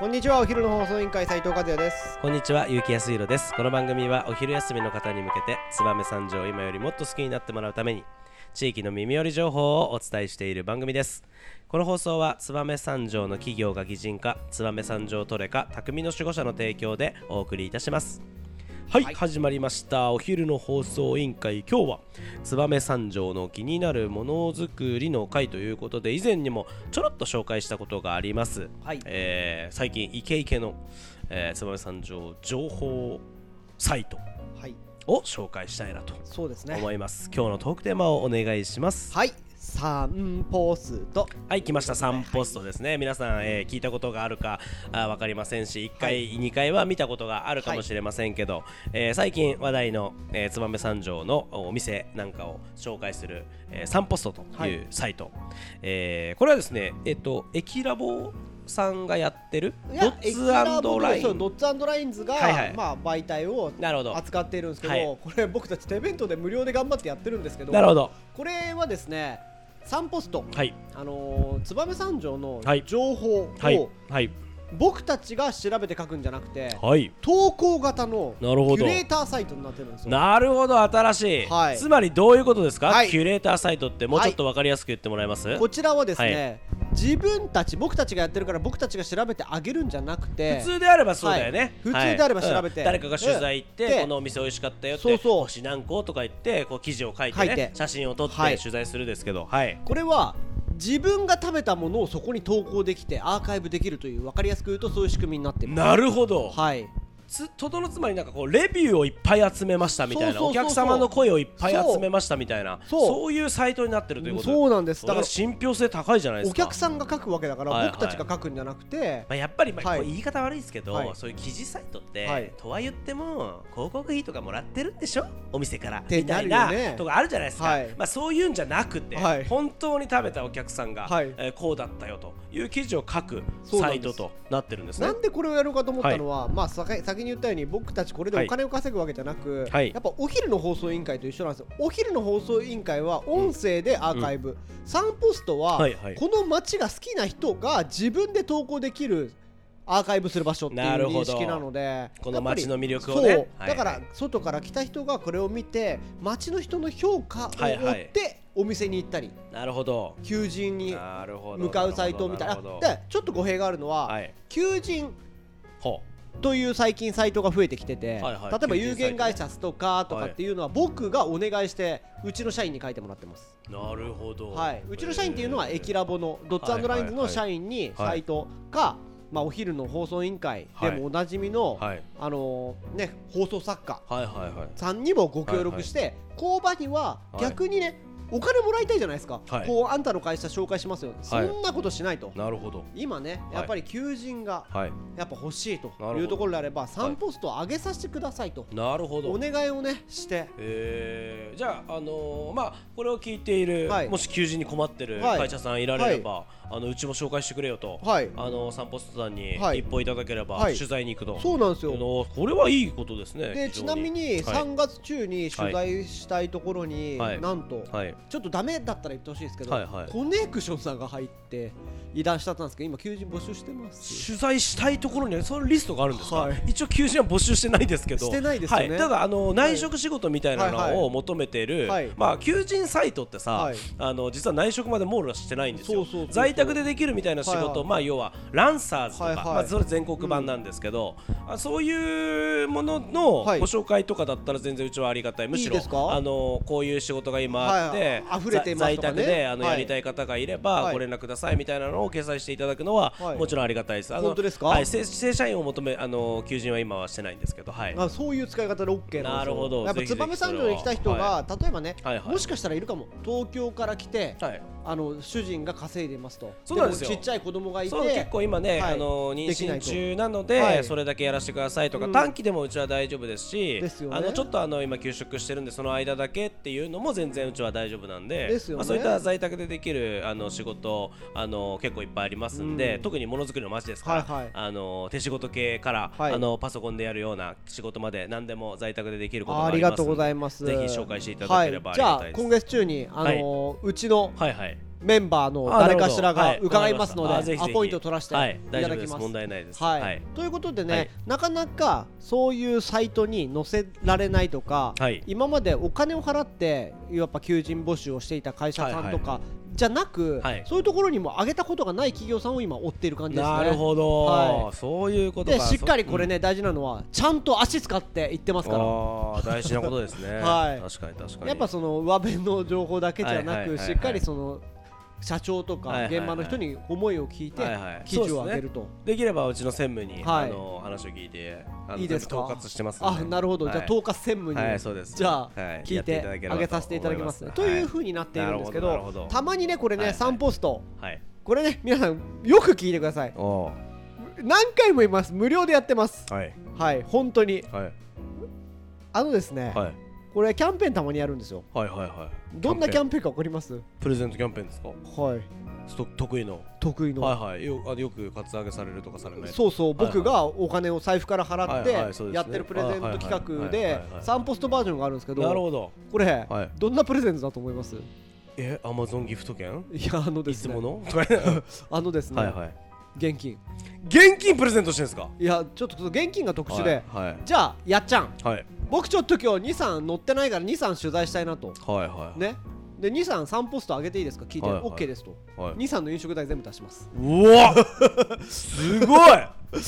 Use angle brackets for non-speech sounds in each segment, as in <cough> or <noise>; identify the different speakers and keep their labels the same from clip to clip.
Speaker 1: こんにちはお昼の放送委員会斉藤和也です
Speaker 2: こんにちは、ゆうきやすいろです。この番組はお昼休みの方に向けて、燕三条を今よりもっと好きになってもらうために、地域の耳寄り情報をお伝えしている番組です。この放送は、燕三条の企業が擬人化、燕三条トレカ、匠の守護者の提供でお送りいたします。はい、
Speaker 1: はい
Speaker 2: 始まりました。お昼の放送委員会、今日は、燕三条の気になるものづくりの会ということで、以前にもちょろっと紹介したことがあります。
Speaker 1: はい
Speaker 2: えー最近イケイケの、えー、燕三条情報サイト
Speaker 1: はい
Speaker 2: を紹介したいなと
Speaker 1: そうですね
Speaker 2: 思います、今日のトークテーマをお願いします
Speaker 1: はい散歩すと
Speaker 2: はい来ました3ポストですね皆さん、えー聞いたことがあるかあーわかりませんし1回、2回は見たことがあるかもしれませんけど、えー最近話題の、えー、燕三条のお店なんかを紹介する、え3ポストと
Speaker 1: はいいう
Speaker 2: サイト、えーこれはですねえっ、と駅ラボさんがやってる
Speaker 1: い
Speaker 2: ド
Speaker 1: や
Speaker 2: ッツアンドライ
Speaker 1: エキラボのそうドッ
Speaker 2: ン
Speaker 1: ツアンドラインズが、
Speaker 2: はいはい
Speaker 1: まあ、媒体を
Speaker 2: なるほど
Speaker 1: 扱っているんですけど、
Speaker 2: はい
Speaker 1: これ僕たち手弁当で無料で頑張ってやってるんですけど
Speaker 2: なるほど
Speaker 1: これはですねサンポスト、
Speaker 2: はい
Speaker 1: あのー、燕三条の
Speaker 2: はい
Speaker 1: 情報を、
Speaker 2: はいはい
Speaker 1: 僕たちが調べて書くんじゃなくて、
Speaker 2: はい
Speaker 1: 投稿型のキ
Speaker 2: なるほど
Speaker 1: ュレーターサイトになってるんですよ。
Speaker 2: なるほど新しい、
Speaker 1: はい
Speaker 2: つまりどういうことですか、
Speaker 1: はい
Speaker 2: キュレーターサイトってもうちょっと分かりやすく言ってもらえます、 <laughs>
Speaker 1: こちらはですね、自分たち僕たちがやってるから僕たちが調べてあげるんじゃなくて
Speaker 2: 普通であればそうだよね、
Speaker 1: はい普通であれば調べて
Speaker 2: うん誰かが取材行って、
Speaker 1: で
Speaker 2: このお店美味しかったよって
Speaker 1: そうそう
Speaker 2: 星何個とか言ってこう記事を書いて,、
Speaker 1: 書い
Speaker 2: ね、
Speaker 1: て
Speaker 2: 写真を撮って
Speaker 1: はい
Speaker 2: 取材するですけどはい、
Speaker 1: これは自分が食べたものをそこに投稿できてアーカイブできるという分かりやすく言うとそういう仕組みになってます。
Speaker 2: なるほど、
Speaker 1: はい
Speaker 2: つとどのつまりなんかこうレビューをいっぱい集めましたみたいな
Speaker 1: そうそうそうそう
Speaker 2: お客様の声をいっぱい集めましたみたいな
Speaker 1: そう
Speaker 2: いうサイトになってるということ
Speaker 1: そうなんです
Speaker 2: そ
Speaker 1: だ
Speaker 2: れ
Speaker 1: か
Speaker 2: は
Speaker 1: ら
Speaker 2: 信憑性高いじゃないです
Speaker 1: お
Speaker 2: か
Speaker 1: 客さんが書くわけだから、
Speaker 2: はいはい
Speaker 1: 僕たちが書くんじゃなくて
Speaker 2: まあ、やっぱり、まあ
Speaker 1: はい
Speaker 2: こう言い方悪いですけど、
Speaker 1: はい
Speaker 2: そういう記事サイトって、
Speaker 1: はい
Speaker 2: とは言っても広告費とかもらってるんでしょお店から
Speaker 1: て
Speaker 2: み
Speaker 1: な
Speaker 2: たい
Speaker 1: るよ
Speaker 2: な
Speaker 1: ね
Speaker 2: とかあるじゃないですか、
Speaker 1: はい
Speaker 2: まあ、そういうんじゃなくて、
Speaker 1: はい
Speaker 2: 本当に食べたお客さんが、
Speaker 1: はい
Speaker 2: えーこうだったよという記事を書く
Speaker 1: そうなんで
Speaker 2: サイ
Speaker 1: す
Speaker 2: トとなってるんですね
Speaker 1: な。んでこれをやろうかと思ったのは、まあ先先に言ったように僕たちこれでお金を稼ぐわけじゃなく、
Speaker 2: はい
Speaker 1: やっぱお昼の放送委員会と一緒なんですよお昼の放送委員会は音声でアーカイブ、サンポストは、
Speaker 2: はいはい
Speaker 1: この街が好きな人が自分で投稿できるアーカイブする場所っていう
Speaker 2: なる
Speaker 1: 認
Speaker 2: ほど
Speaker 1: 識なので
Speaker 2: この街
Speaker 1: やっぱり
Speaker 2: の魅力をね
Speaker 1: そう
Speaker 2: はい
Speaker 1: だから外から来た人がこれを見て街の人の評価を追って、
Speaker 2: はいはい
Speaker 1: お店に行ったり
Speaker 2: なるほど
Speaker 1: 求人に
Speaker 2: なるほど
Speaker 1: 向かうサイトみたいな
Speaker 2: るほどる
Speaker 1: でちょっと語弊があるのは、
Speaker 2: ほどはい
Speaker 1: 求人
Speaker 2: ほ
Speaker 1: という最近サイトが増えてきてて、
Speaker 2: はいはい
Speaker 1: 例えば
Speaker 2: 求人サ
Speaker 1: 有
Speaker 2: イトね
Speaker 1: 限会社ストカーとかっていうのは僕がお願いしてうちの社員に書いてもらってます、
Speaker 2: うなるほど
Speaker 1: はい、うちの社員っていうのは
Speaker 2: えー
Speaker 1: エキラボのドッツラインズの社員に
Speaker 2: はいはい
Speaker 1: サイトか、まあ、お昼の放送委員会でもおなじみの、
Speaker 2: はい
Speaker 1: あのーね、放送作家
Speaker 2: はいはいはい
Speaker 1: さんにもご協力して、工場には逆にね、お金もらいたいじゃないですか、
Speaker 2: はい
Speaker 1: こうあんたの会社紹介しますよ、そんなことしないと
Speaker 2: なるほど
Speaker 1: 今ね
Speaker 2: い
Speaker 1: やっぱり求人が
Speaker 2: はい
Speaker 1: やっぱ欲しいと
Speaker 2: なるほ
Speaker 1: い
Speaker 2: ど
Speaker 1: うところであれば3ポストを上げさせてくださいと、
Speaker 2: なるほど
Speaker 1: お願いをねして
Speaker 2: えーじゃあ、あのーまあ、これを聞いている、
Speaker 1: はい
Speaker 2: もし求人に困ってる
Speaker 1: はい
Speaker 2: 会社さんいられれば、あのうちも紹介してくれよと、
Speaker 1: はい
Speaker 2: あのサンポストさんに
Speaker 1: はい
Speaker 2: 一報いただければ、
Speaker 1: はい
Speaker 2: 取材に行くと、
Speaker 1: そうなんです
Speaker 2: あ
Speaker 1: よ
Speaker 2: のこれはいいことですね
Speaker 1: で
Speaker 2: 非
Speaker 1: ち
Speaker 2: 常
Speaker 1: なみに3月中に取材したいところに、
Speaker 2: はい
Speaker 1: なんと、
Speaker 2: はい、はい
Speaker 1: ちょっとダメだったら言ってほしいですけど、
Speaker 2: はいはい
Speaker 1: コネクションさんが入っていらっしゃったんですけど今求人募集してます
Speaker 2: 取材したいところにそのリストがあるんですか、
Speaker 1: はい
Speaker 2: 一応求人は募集してないですけど
Speaker 1: してないですよね
Speaker 2: はい、ただあの内職仕事みたいな
Speaker 1: はいはい
Speaker 2: のを求めている、
Speaker 1: はい
Speaker 2: まあ、求人サイトってさ、
Speaker 1: はい
Speaker 2: あの実は内職まで網羅してないんです
Speaker 1: そ
Speaker 2: よ
Speaker 1: うそうそうそう
Speaker 2: 在宅でできるみたいな仕事、
Speaker 1: はいはい
Speaker 2: まあ、要はランサーズとか、
Speaker 1: はいはい
Speaker 2: まあ、それ全国版なんですけど、あそういうもののご
Speaker 1: はい
Speaker 2: 紹介とかだったら全然うちはありがたいむしろ
Speaker 1: いいですか
Speaker 2: あのこういう仕事が今あっ
Speaker 1: は
Speaker 2: て、
Speaker 1: いはい溢れてますとかね
Speaker 2: 在宅であの
Speaker 1: はい
Speaker 2: やりたい方がいれば、
Speaker 1: はい
Speaker 2: ご連絡くださいみたいなのを掲載していただくのは、
Speaker 1: はい
Speaker 2: もちろんありがたいです。あの
Speaker 1: 本当ですか
Speaker 2: はい、正正社員を求めあの求人は今はしてないんですけど、はい。
Speaker 1: あそういう使い方で OK なんですよ
Speaker 2: なるほど
Speaker 1: やっぱ
Speaker 2: ぜひぜひ
Speaker 1: 燕三条に来た人が、
Speaker 2: は
Speaker 1: 例えばね、
Speaker 2: はいはい
Speaker 1: もしかしたらいるかも東京から来て、
Speaker 2: はい。
Speaker 1: あの主人が稼いでますと
Speaker 2: そうなんですよ
Speaker 1: もちっちゃい子供がいて
Speaker 2: そう結構今ね、
Speaker 1: はい
Speaker 2: あの妊
Speaker 1: できない
Speaker 2: 娠
Speaker 1: と
Speaker 2: 中なので
Speaker 1: はい
Speaker 2: それだけやらせてくださいとか、
Speaker 1: うん
Speaker 2: 短期でもうちは大丈夫ですし
Speaker 1: ですよね
Speaker 2: あのちょっとあの今休職してるんでその間だけっていうのも全然うちは大丈夫なんで
Speaker 1: ですよね
Speaker 2: まあ、そういった在宅でできるあの仕事あの結構いっぱいありますんで、
Speaker 1: うん
Speaker 2: 特にものづくりの街ですから、
Speaker 1: はいはい
Speaker 2: あの手仕事系から、
Speaker 1: はい
Speaker 2: あのパソコンでやるような仕事まで何でも在宅でできること
Speaker 1: あ
Speaker 2: があ
Speaker 1: あり
Speaker 2: りま
Speaker 1: が
Speaker 2: す
Speaker 1: とうご
Speaker 2: んで
Speaker 1: ざいます
Speaker 2: ぜひ紹介していただければありがたいです
Speaker 1: はい、じゃあ今月中にあのーうちの
Speaker 2: はいはい
Speaker 1: メンバーの
Speaker 2: あ
Speaker 1: 誰かしら
Speaker 2: な
Speaker 1: が
Speaker 2: るほどはい
Speaker 1: 伺いますので、
Speaker 2: わかりましたあぜひぜひ
Speaker 1: アポイント取らせて
Speaker 2: はいい、大
Speaker 1: た
Speaker 2: 丈
Speaker 1: だ
Speaker 2: 夫で
Speaker 1: き
Speaker 2: す
Speaker 1: ます。
Speaker 2: 問題ないです
Speaker 1: はい
Speaker 2: はい
Speaker 1: ということでね、
Speaker 2: はい
Speaker 1: なかなかそういうサイトに載せられないとか、
Speaker 2: はい
Speaker 1: 今までお金を払ってやっぱ求人募集をしていた会社さんとか、じゃなく、
Speaker 2: はい
Speaker 1: そういうところにも上げたことがない企業さんを今追っている感じですね。
Speaker 2: なるほど、
Speaker 1: は
Speaker 2: そういうこと
Speaker 1: で
Speaker 2: か
Speaker 1: しっかりこれ
Speaker 2: ね
Speaker 1: ね、大事なのはちゃんと足使って言ってますから。
Speaker 2: あー大事なことですね、
Speaker 1: <laughs> はい
Speaker 2: 確かに確かに
Speaker 1: やっぱその上辺の情報だけじゃ
Speaker 2: はい
Speaker 1: な
Speaker 2: はいはい
Speaker 1: く
Speaker 2: はい
Speaker 1: しっかりその社長と
Speaker 2: はい
Speaker 1: か
Speaker 2: はいはい
Speaker 1: 現場の人に思いを聞いて
Speaker 2: はいはい
Speaker 1: 記事を上げると。
Speaker 2: できればうちの専務に、
Speaker 1: はい
Speaker 2: あの話を聞いてあの
Speaker 1: いいですか
Speaker 2: 全部統括してますんで
Speaker 1: あなるほど、
Speaker 2: はい
Speaker 1: じゃあ統括専務に、
Speaker 2: はいそうです
Speaker 1: じゃあ、
Speaker 2: はい
Speaker 1: 聞い
Speaker 2: やってい
Speaker 1: て
Speaker 2: ただければ
Speaker 1: 上げさせていただきますね
Speaker 2: と
Speaker 1: と
Speaker 2: 思いま
Speaker 1: い
Speaker 2: す
Speaker 1: うふうになっているんですけど,、
Speaker 2: はいなるほどなるほど
Speaker 1: たまにねこれね、
Speaker 2: はいはい
Speaker 1: 3ポスト
Speaker 2: はい
Speaker 1: これね皆さんよく聞いてください
Speaker 2: お
Speaker 1: 何回も言います無料でやってます
Speaker 2: ーはい
Speaker 1: はい本当に
Speaker 2: はい
Speaker 1: あのですね、
Speaker 2: はい
Speaker 1: これキャンペーンたまにやるんですよ
Speaker 2: はいはいはい
Speaker 1: どんなキャ
Speaker 2: ンペ
Speaker 1: ンペーンか分かります
Speaker 2: ーンプレゼントキャンペーンですか
Speaker 1: はい
Speaker 2: スト得意の
Speaker 1: 得意の、
Speaker 2: はいはいよあのよくカツアゲされるとかされない
Speaker 1: そうそう
Speaker 2: はいはい
Speaker 1: 僕がお金を財布から払
Speaker 2: はいはい
Speaker 1: っ
Speaker 2: そう
Speaker 1: て
Speaker 2: ですね
Speaker 1: やってるプレゼント企画
Speaker 2: はいはい
Speaker 1: で
Speaker 2: はいはい
Speaker 1: 3ポストバージョンがあるんですけ
Speaker 2: なる
Speaker 1: ど
Speaker 2: ほど
Speaker 1: これ
Speaker 2: はい
Speaker 1: どんなプレゼントだと思いますい
Speaker 2: えアマゾンギフト券
Speaker 1: やあので
Speaker 2: い
Speaker 1: す
Speaker 2: つ
Speaker 1: ね
Speaker 2: も
Speaker 1: <laughs>
Speaker 2: のとか言いながら
Speaker 1: あのですね
Speaker 2: はいはい
Speaker 1: 現金
Speaker 2: 現金プレゼントしてんですか
Speaker 1: いやちょっと現金が特殊で
Speaker 2: はい
Speaker 1: じゃあやっちゃん
Speaker 2: はい
Speaker 1: 僕ちょっと今日23乗ってないから23取材したいなと
Speaker 2: はいはい
Speaker 1: ねで23ポスト上げていいですか聞いて
Speaker 2: はいはい
Speaker 1: OK ですと
Speaker 2: はい
Speaker 1: 23の飲食代全部出します
Speaker 2: うわすごい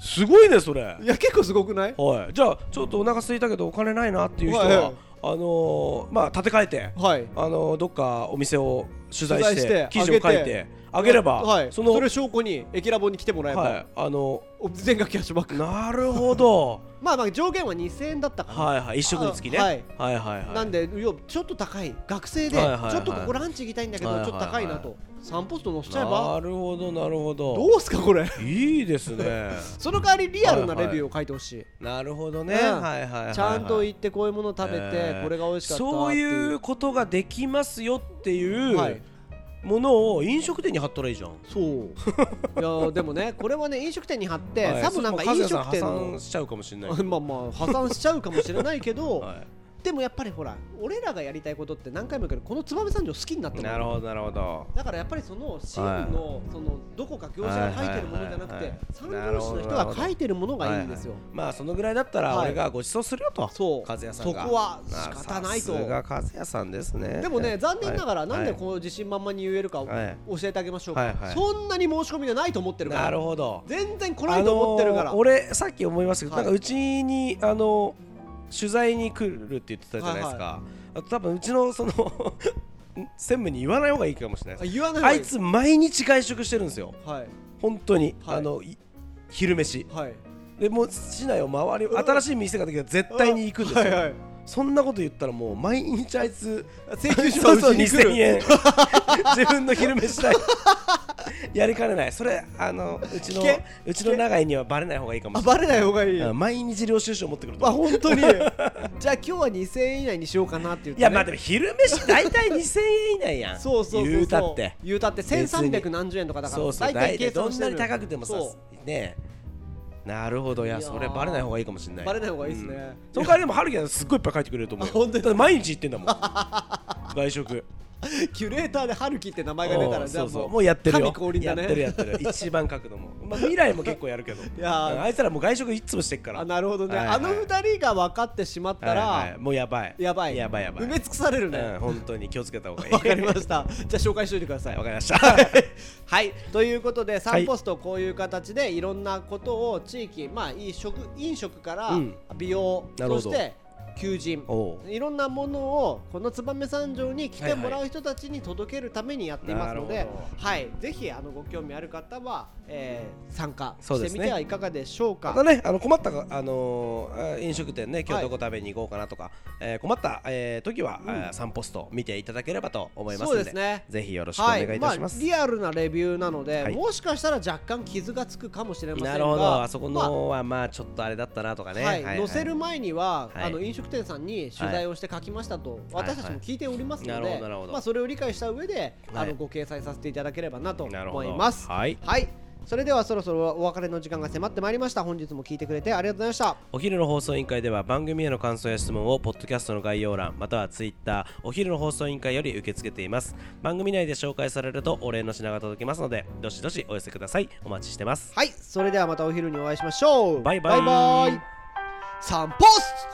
Speaker 2: すごいねそれ
Speaker 1: いや結構すごくない
Speaker 2: はいじゃあちょっとお腹空いたけどお金ないなっていう人
Speaker 1: はいは
Speaker 2: はいあのーまあ立て替えて
Speaker 1: はい
Speaker 2: あのーどっかお店を取材し
Speaker 1: 取
Speaker 2: て
Speaker 1: 材して
Speaker 2: 記事を書い
Speaker 1: あげ
Speaker 2: て
Speaker 1: て
Speaker 2: あげれば
Speaker 1: はい
Speaker 2: そ
Speaker 1: そ
Speaker 2: の
Speaker 1: れを証拠に駅ラボに来てもらえ
Speaker 2: は
Speaker 1: ば
Speaker 2: いあの
Speaker 1: お全額キャッシュバック
Speaker 2: ーなるほど
Speaker 1: まあまあ上限は2000円だったから
Speaker 2: はいはい一食につきね
Speaker 1: あ
Speaker 2: は
Speaker 1: はいい
Speaker 2: はいはい
Speaker 1: なんで要ちょっと高い学生でち
Speaker 2: はいはいはい
Speaker 1: ょっとここランチ行きたいんだけど
Speaker 2: はい
Speaker 1: ち
Speaker 2: は
Speaker 1: ょ
Speaker 2: い
Speaker 1: っと高
Speaker 2: はい
Speaker 1: いなと3ポスト乗せちゃえば
Speaker 2: なるほどなるほど
Speaker 1: どうすかこれ <laughs>
Speaker 2: いいですね
Speaker 1: その代わりリアルなレビューを書いてほしい
Speaker 2: なるほどね
Speaker 1: う
Speaker 2: は
Speaker 1: ん
Speaker 2: いはいはいはい
Speaker 1: ちゃんと行ってこういうもの食べ
Speaker 2: え
Speaker 1: て
Speaker 2: ー
Speaker 1: これが美味しかったって
Speaker 2: そういうことができますよっていう
Speaker 1: はい
Speaker 2: ものを飲食店に貼ったらいいじゃん
Speaker 1: そういやでもねこれはね飲食店に貼って
Speaker 2: はい
Speaker 1: さもなんか飲食店
Speaker 2: そうもう和也さん破産
Speaker 1: の
Speaker 2: しちゃうかもしれない
Speaker 1: <laughs> まあまあ破産しちゃうかもしれないけど
Speaker 2: <laughs> は
Speaker 1: でもやっぱりほら俺らがやりたいことって何回も言うけどこの燕三条好きになって
Speaker 2: い
Speaker 1: もらう
Speaker 2: なるほどなるほど
Speaker 1: だからやっぱりそのシーンのそのどこか業者が書いてるものじゃなく
Speaker 2: はいはい
Speaker 1: て
Speaker 2: はい
Speaker 1: 三拍子の人が書いてるものがいいんですよ
Speaker 2: は。はまあそのぐらいだったら
Speaker 1: はい
Speaker 2: 俺がご馳走するよと
Speaker 1: そう
Speaker 2: 和也さんが
Speaker 1: そこは仕方ないと
Speaker 2: まあさすが和也さんですね
Speaker 1: でもね残念ながらなんで
Speaker 2: う
Speaker 1: こう自信満々に言えるかを
Speaker 2: はい
Speaker 1: 教えてあげましょう
Speaker 2: はい
Speaker 1: か
Speaker 2: はい
Speaker 1: そんなに申し込みがないと思ってるか
Speaker 2: なる
Speaker 1: ら
Speaker 2: ほど
Speaker 1: 全然来ないと思ってるから
Speaker 2: あのー俺さっき思いましたけど、
Speaker 1: はい
Speaker 2: なんかうちにあのー取材に来るって言ってたじゃないですか、あと多分うちの <laughs> その専務に言わない方がいいかもしれない
Speaker 1: あ
Speaker 2: です
Speaker 1: 言わない
Speaker 2: あ
Speaker 1: 方が
Speaker 2: いつ毎日外食してるんですよ
Speaker 1: はい
Speaker 2: 本当に、
Speaker 1: はい
Speaker 2: あのい昼飯
Speaker 1: はい
Speaker 2: でもう市内を回り新しい店ができたら絶対に行くんですよ、
Speaker 1: はいはい
Speaker 2: そんなこと言ったらもう毎日あいつ
Speaker 1: 請求書
Speaker 2: そ
Speaker 1: は
Speaker 2: うそう
Speaker 1: うちに来る
Speaker 2: 2000円 <laughs> 自分の昼飯代 <laughs> やりかねないそれあのうちの
Speaker 1: 聞け
Speaker 2: うちの長井にはバレない方がいいかも
Speaker 1: あ
Speaker 2: しれない
Speaker 1: バレない方がいい
Speaker 2: うん
Speaker 1: あ
Speaker 2: 毎日領収書を持ってくると思う
Speaker 1: 本当にじゃあ今日は2000円以内にしようかなって言ってい
Speaker 2: いやまあでも昼飯大体2000円以内やん
Speaker 1: そうそうそうそう
Speaker 2: 言うたって
Speaker 1: 言うたって1300何十円とかだから
Speaker 2: そうそう大
Speaker 1: 大体
Speaker 2: 体
Speaker 1: 計
Speaker 2: ど
Speaker 1: 算
Speaker 2: ん
Speaker 1: し
Speaker 2: な
Speaker 1: て
Speaker 2: に
Speaker 1: る
Speaker 2: 高くてもさ
Speaker 1: そ
Speaker 2: ねなるほどいや
Speaker 1: いやー
Speaker 2: それバレない方がいいかもしれな
Speaker 1: う
Speaker 2: い
Speaker 1: バレない方がいいです
Speaker 2: うん
Speaker 1: ね
Speaker 2: その代わりでも春樹はすっごいいっぱい書いてくれると思う
Speaker 1: <laughs>
Speaker 2: よ
Speaker 1: あ本当に
Speaker 2: だって毎日行ってんだもん
Speaker 1: <laughs>
Speaker 2: 外食
Speaker 1: キュレーターで春樹って名前が出た
Speaker 2: お
Speaker 1: ら
Speaker 2: う
Speaker 1: じゃ
Speaker 2: そ
Speaker 1: あ
Speaker 2: うそう
Speaker 1: もう
Speaker 2: もうやってるよ
Speaker 1: 神降臨だね
Speaker 2: やってるやってる一番書くのもまあ未来も結構やるけど
Speaker 1: <laughs> いやー
Speaker 2: うんあいつらもう外食いつもしてっから
Speaker 1: <laughs> あなるほどね、
Speaker 2: はいはい
Speaker 1: あの二人が分かってしまったら、
Speaker 2: はいはいもうやばい
Speaker 1: やばい
Speaker 2: やばいやばい
Speaker 1: 埋め尽くされる
Speaker 2: うん
Speaker 1: ね、
Speaker 2: 本当に気をつけた方がい
Speaker 1: <laughs>
Speaker 2: い
Speaker 1: わかりましたじゃあ紹介しておいてくださ
Speaker 2: はいい、わかりました。
Speaker 1: はいということで
Speaker 2: はい
Speaker 1: 3ポストこういう形でいろんなことを地域まあいい食飲食から
Speaker 2: うん
Speaker 1: 美容、
Speaker 2: なるほど
Speaker 1: そして求人
Speaker 2: おう
Speaker 1: いろんなものをこの燕三条に来てもらう人たちに届けるためにやっていますので、
Speaker 2: な
Speaker 1: は
Speaker 2: る
Speaker 1: い
Speaker 2: ほ
Speaker 1: ぜひあのご興味ある方は、えー参加
Speaker 2: そう
Speaker 1: し
Speaker 2: で
Speaker 1: て
Speaker 2: すね
Speaker 1: みてはいかがでしょうか。
Speaker 2: またね、あの困ったか、あのーあ飲食店ね、今日どこ食べに行こうかなとか、えー困った、えー時は、あー散歩スト見ていただければと思いますので、
Speaker 1: そうですね
Speaker 2: ぜひよろしくお願いいたします。
Speaker 1: はいまあ、リアルなレビューなので、
Speaker 2: はい
Speaker 1: もしかしたら若干傷がつくかもしれませんが
Speaker 2: なるほど、あそこ
Speaker 1: まあ
Speaker 2: のはまあちょっとあれだったなとかね。
Speaker 1: はい載せる前には、
Speaker 2: はい
Speaker 1: あの飲食店さんに取材をして書きましたと、私たちも聞いておりますので、
Speaker 2: はいはいなるほどなるほど
Speaker 1: まあ、それを理解した上で、
Speaker 2: はい
Speaker 1: あのご掲載させていただければなと
Speaker 2: なるほ
Speaker 1: 思
Speaker 2: ど
Speaker 1: います。
Speaker 2: はい
Speaker 1: はいそれではそろそろお別れの時間が迫ってまいりました本日も聞いてくれてありがとうございました
Speaker 2: お昼の放送委員会では番組への感想や質問をポッドキャストの概要欄またはツイッターお昼の放送委員会より受け付けています番組内で紹介されるとお礼の品が届きますのでどしどしお寄せくださいお待ちしてます
Speaker 1: はいそれではまたお昼にお会いしましょう
Speaker 2: バイバイ
Speaker 1: バイバイ散歩っす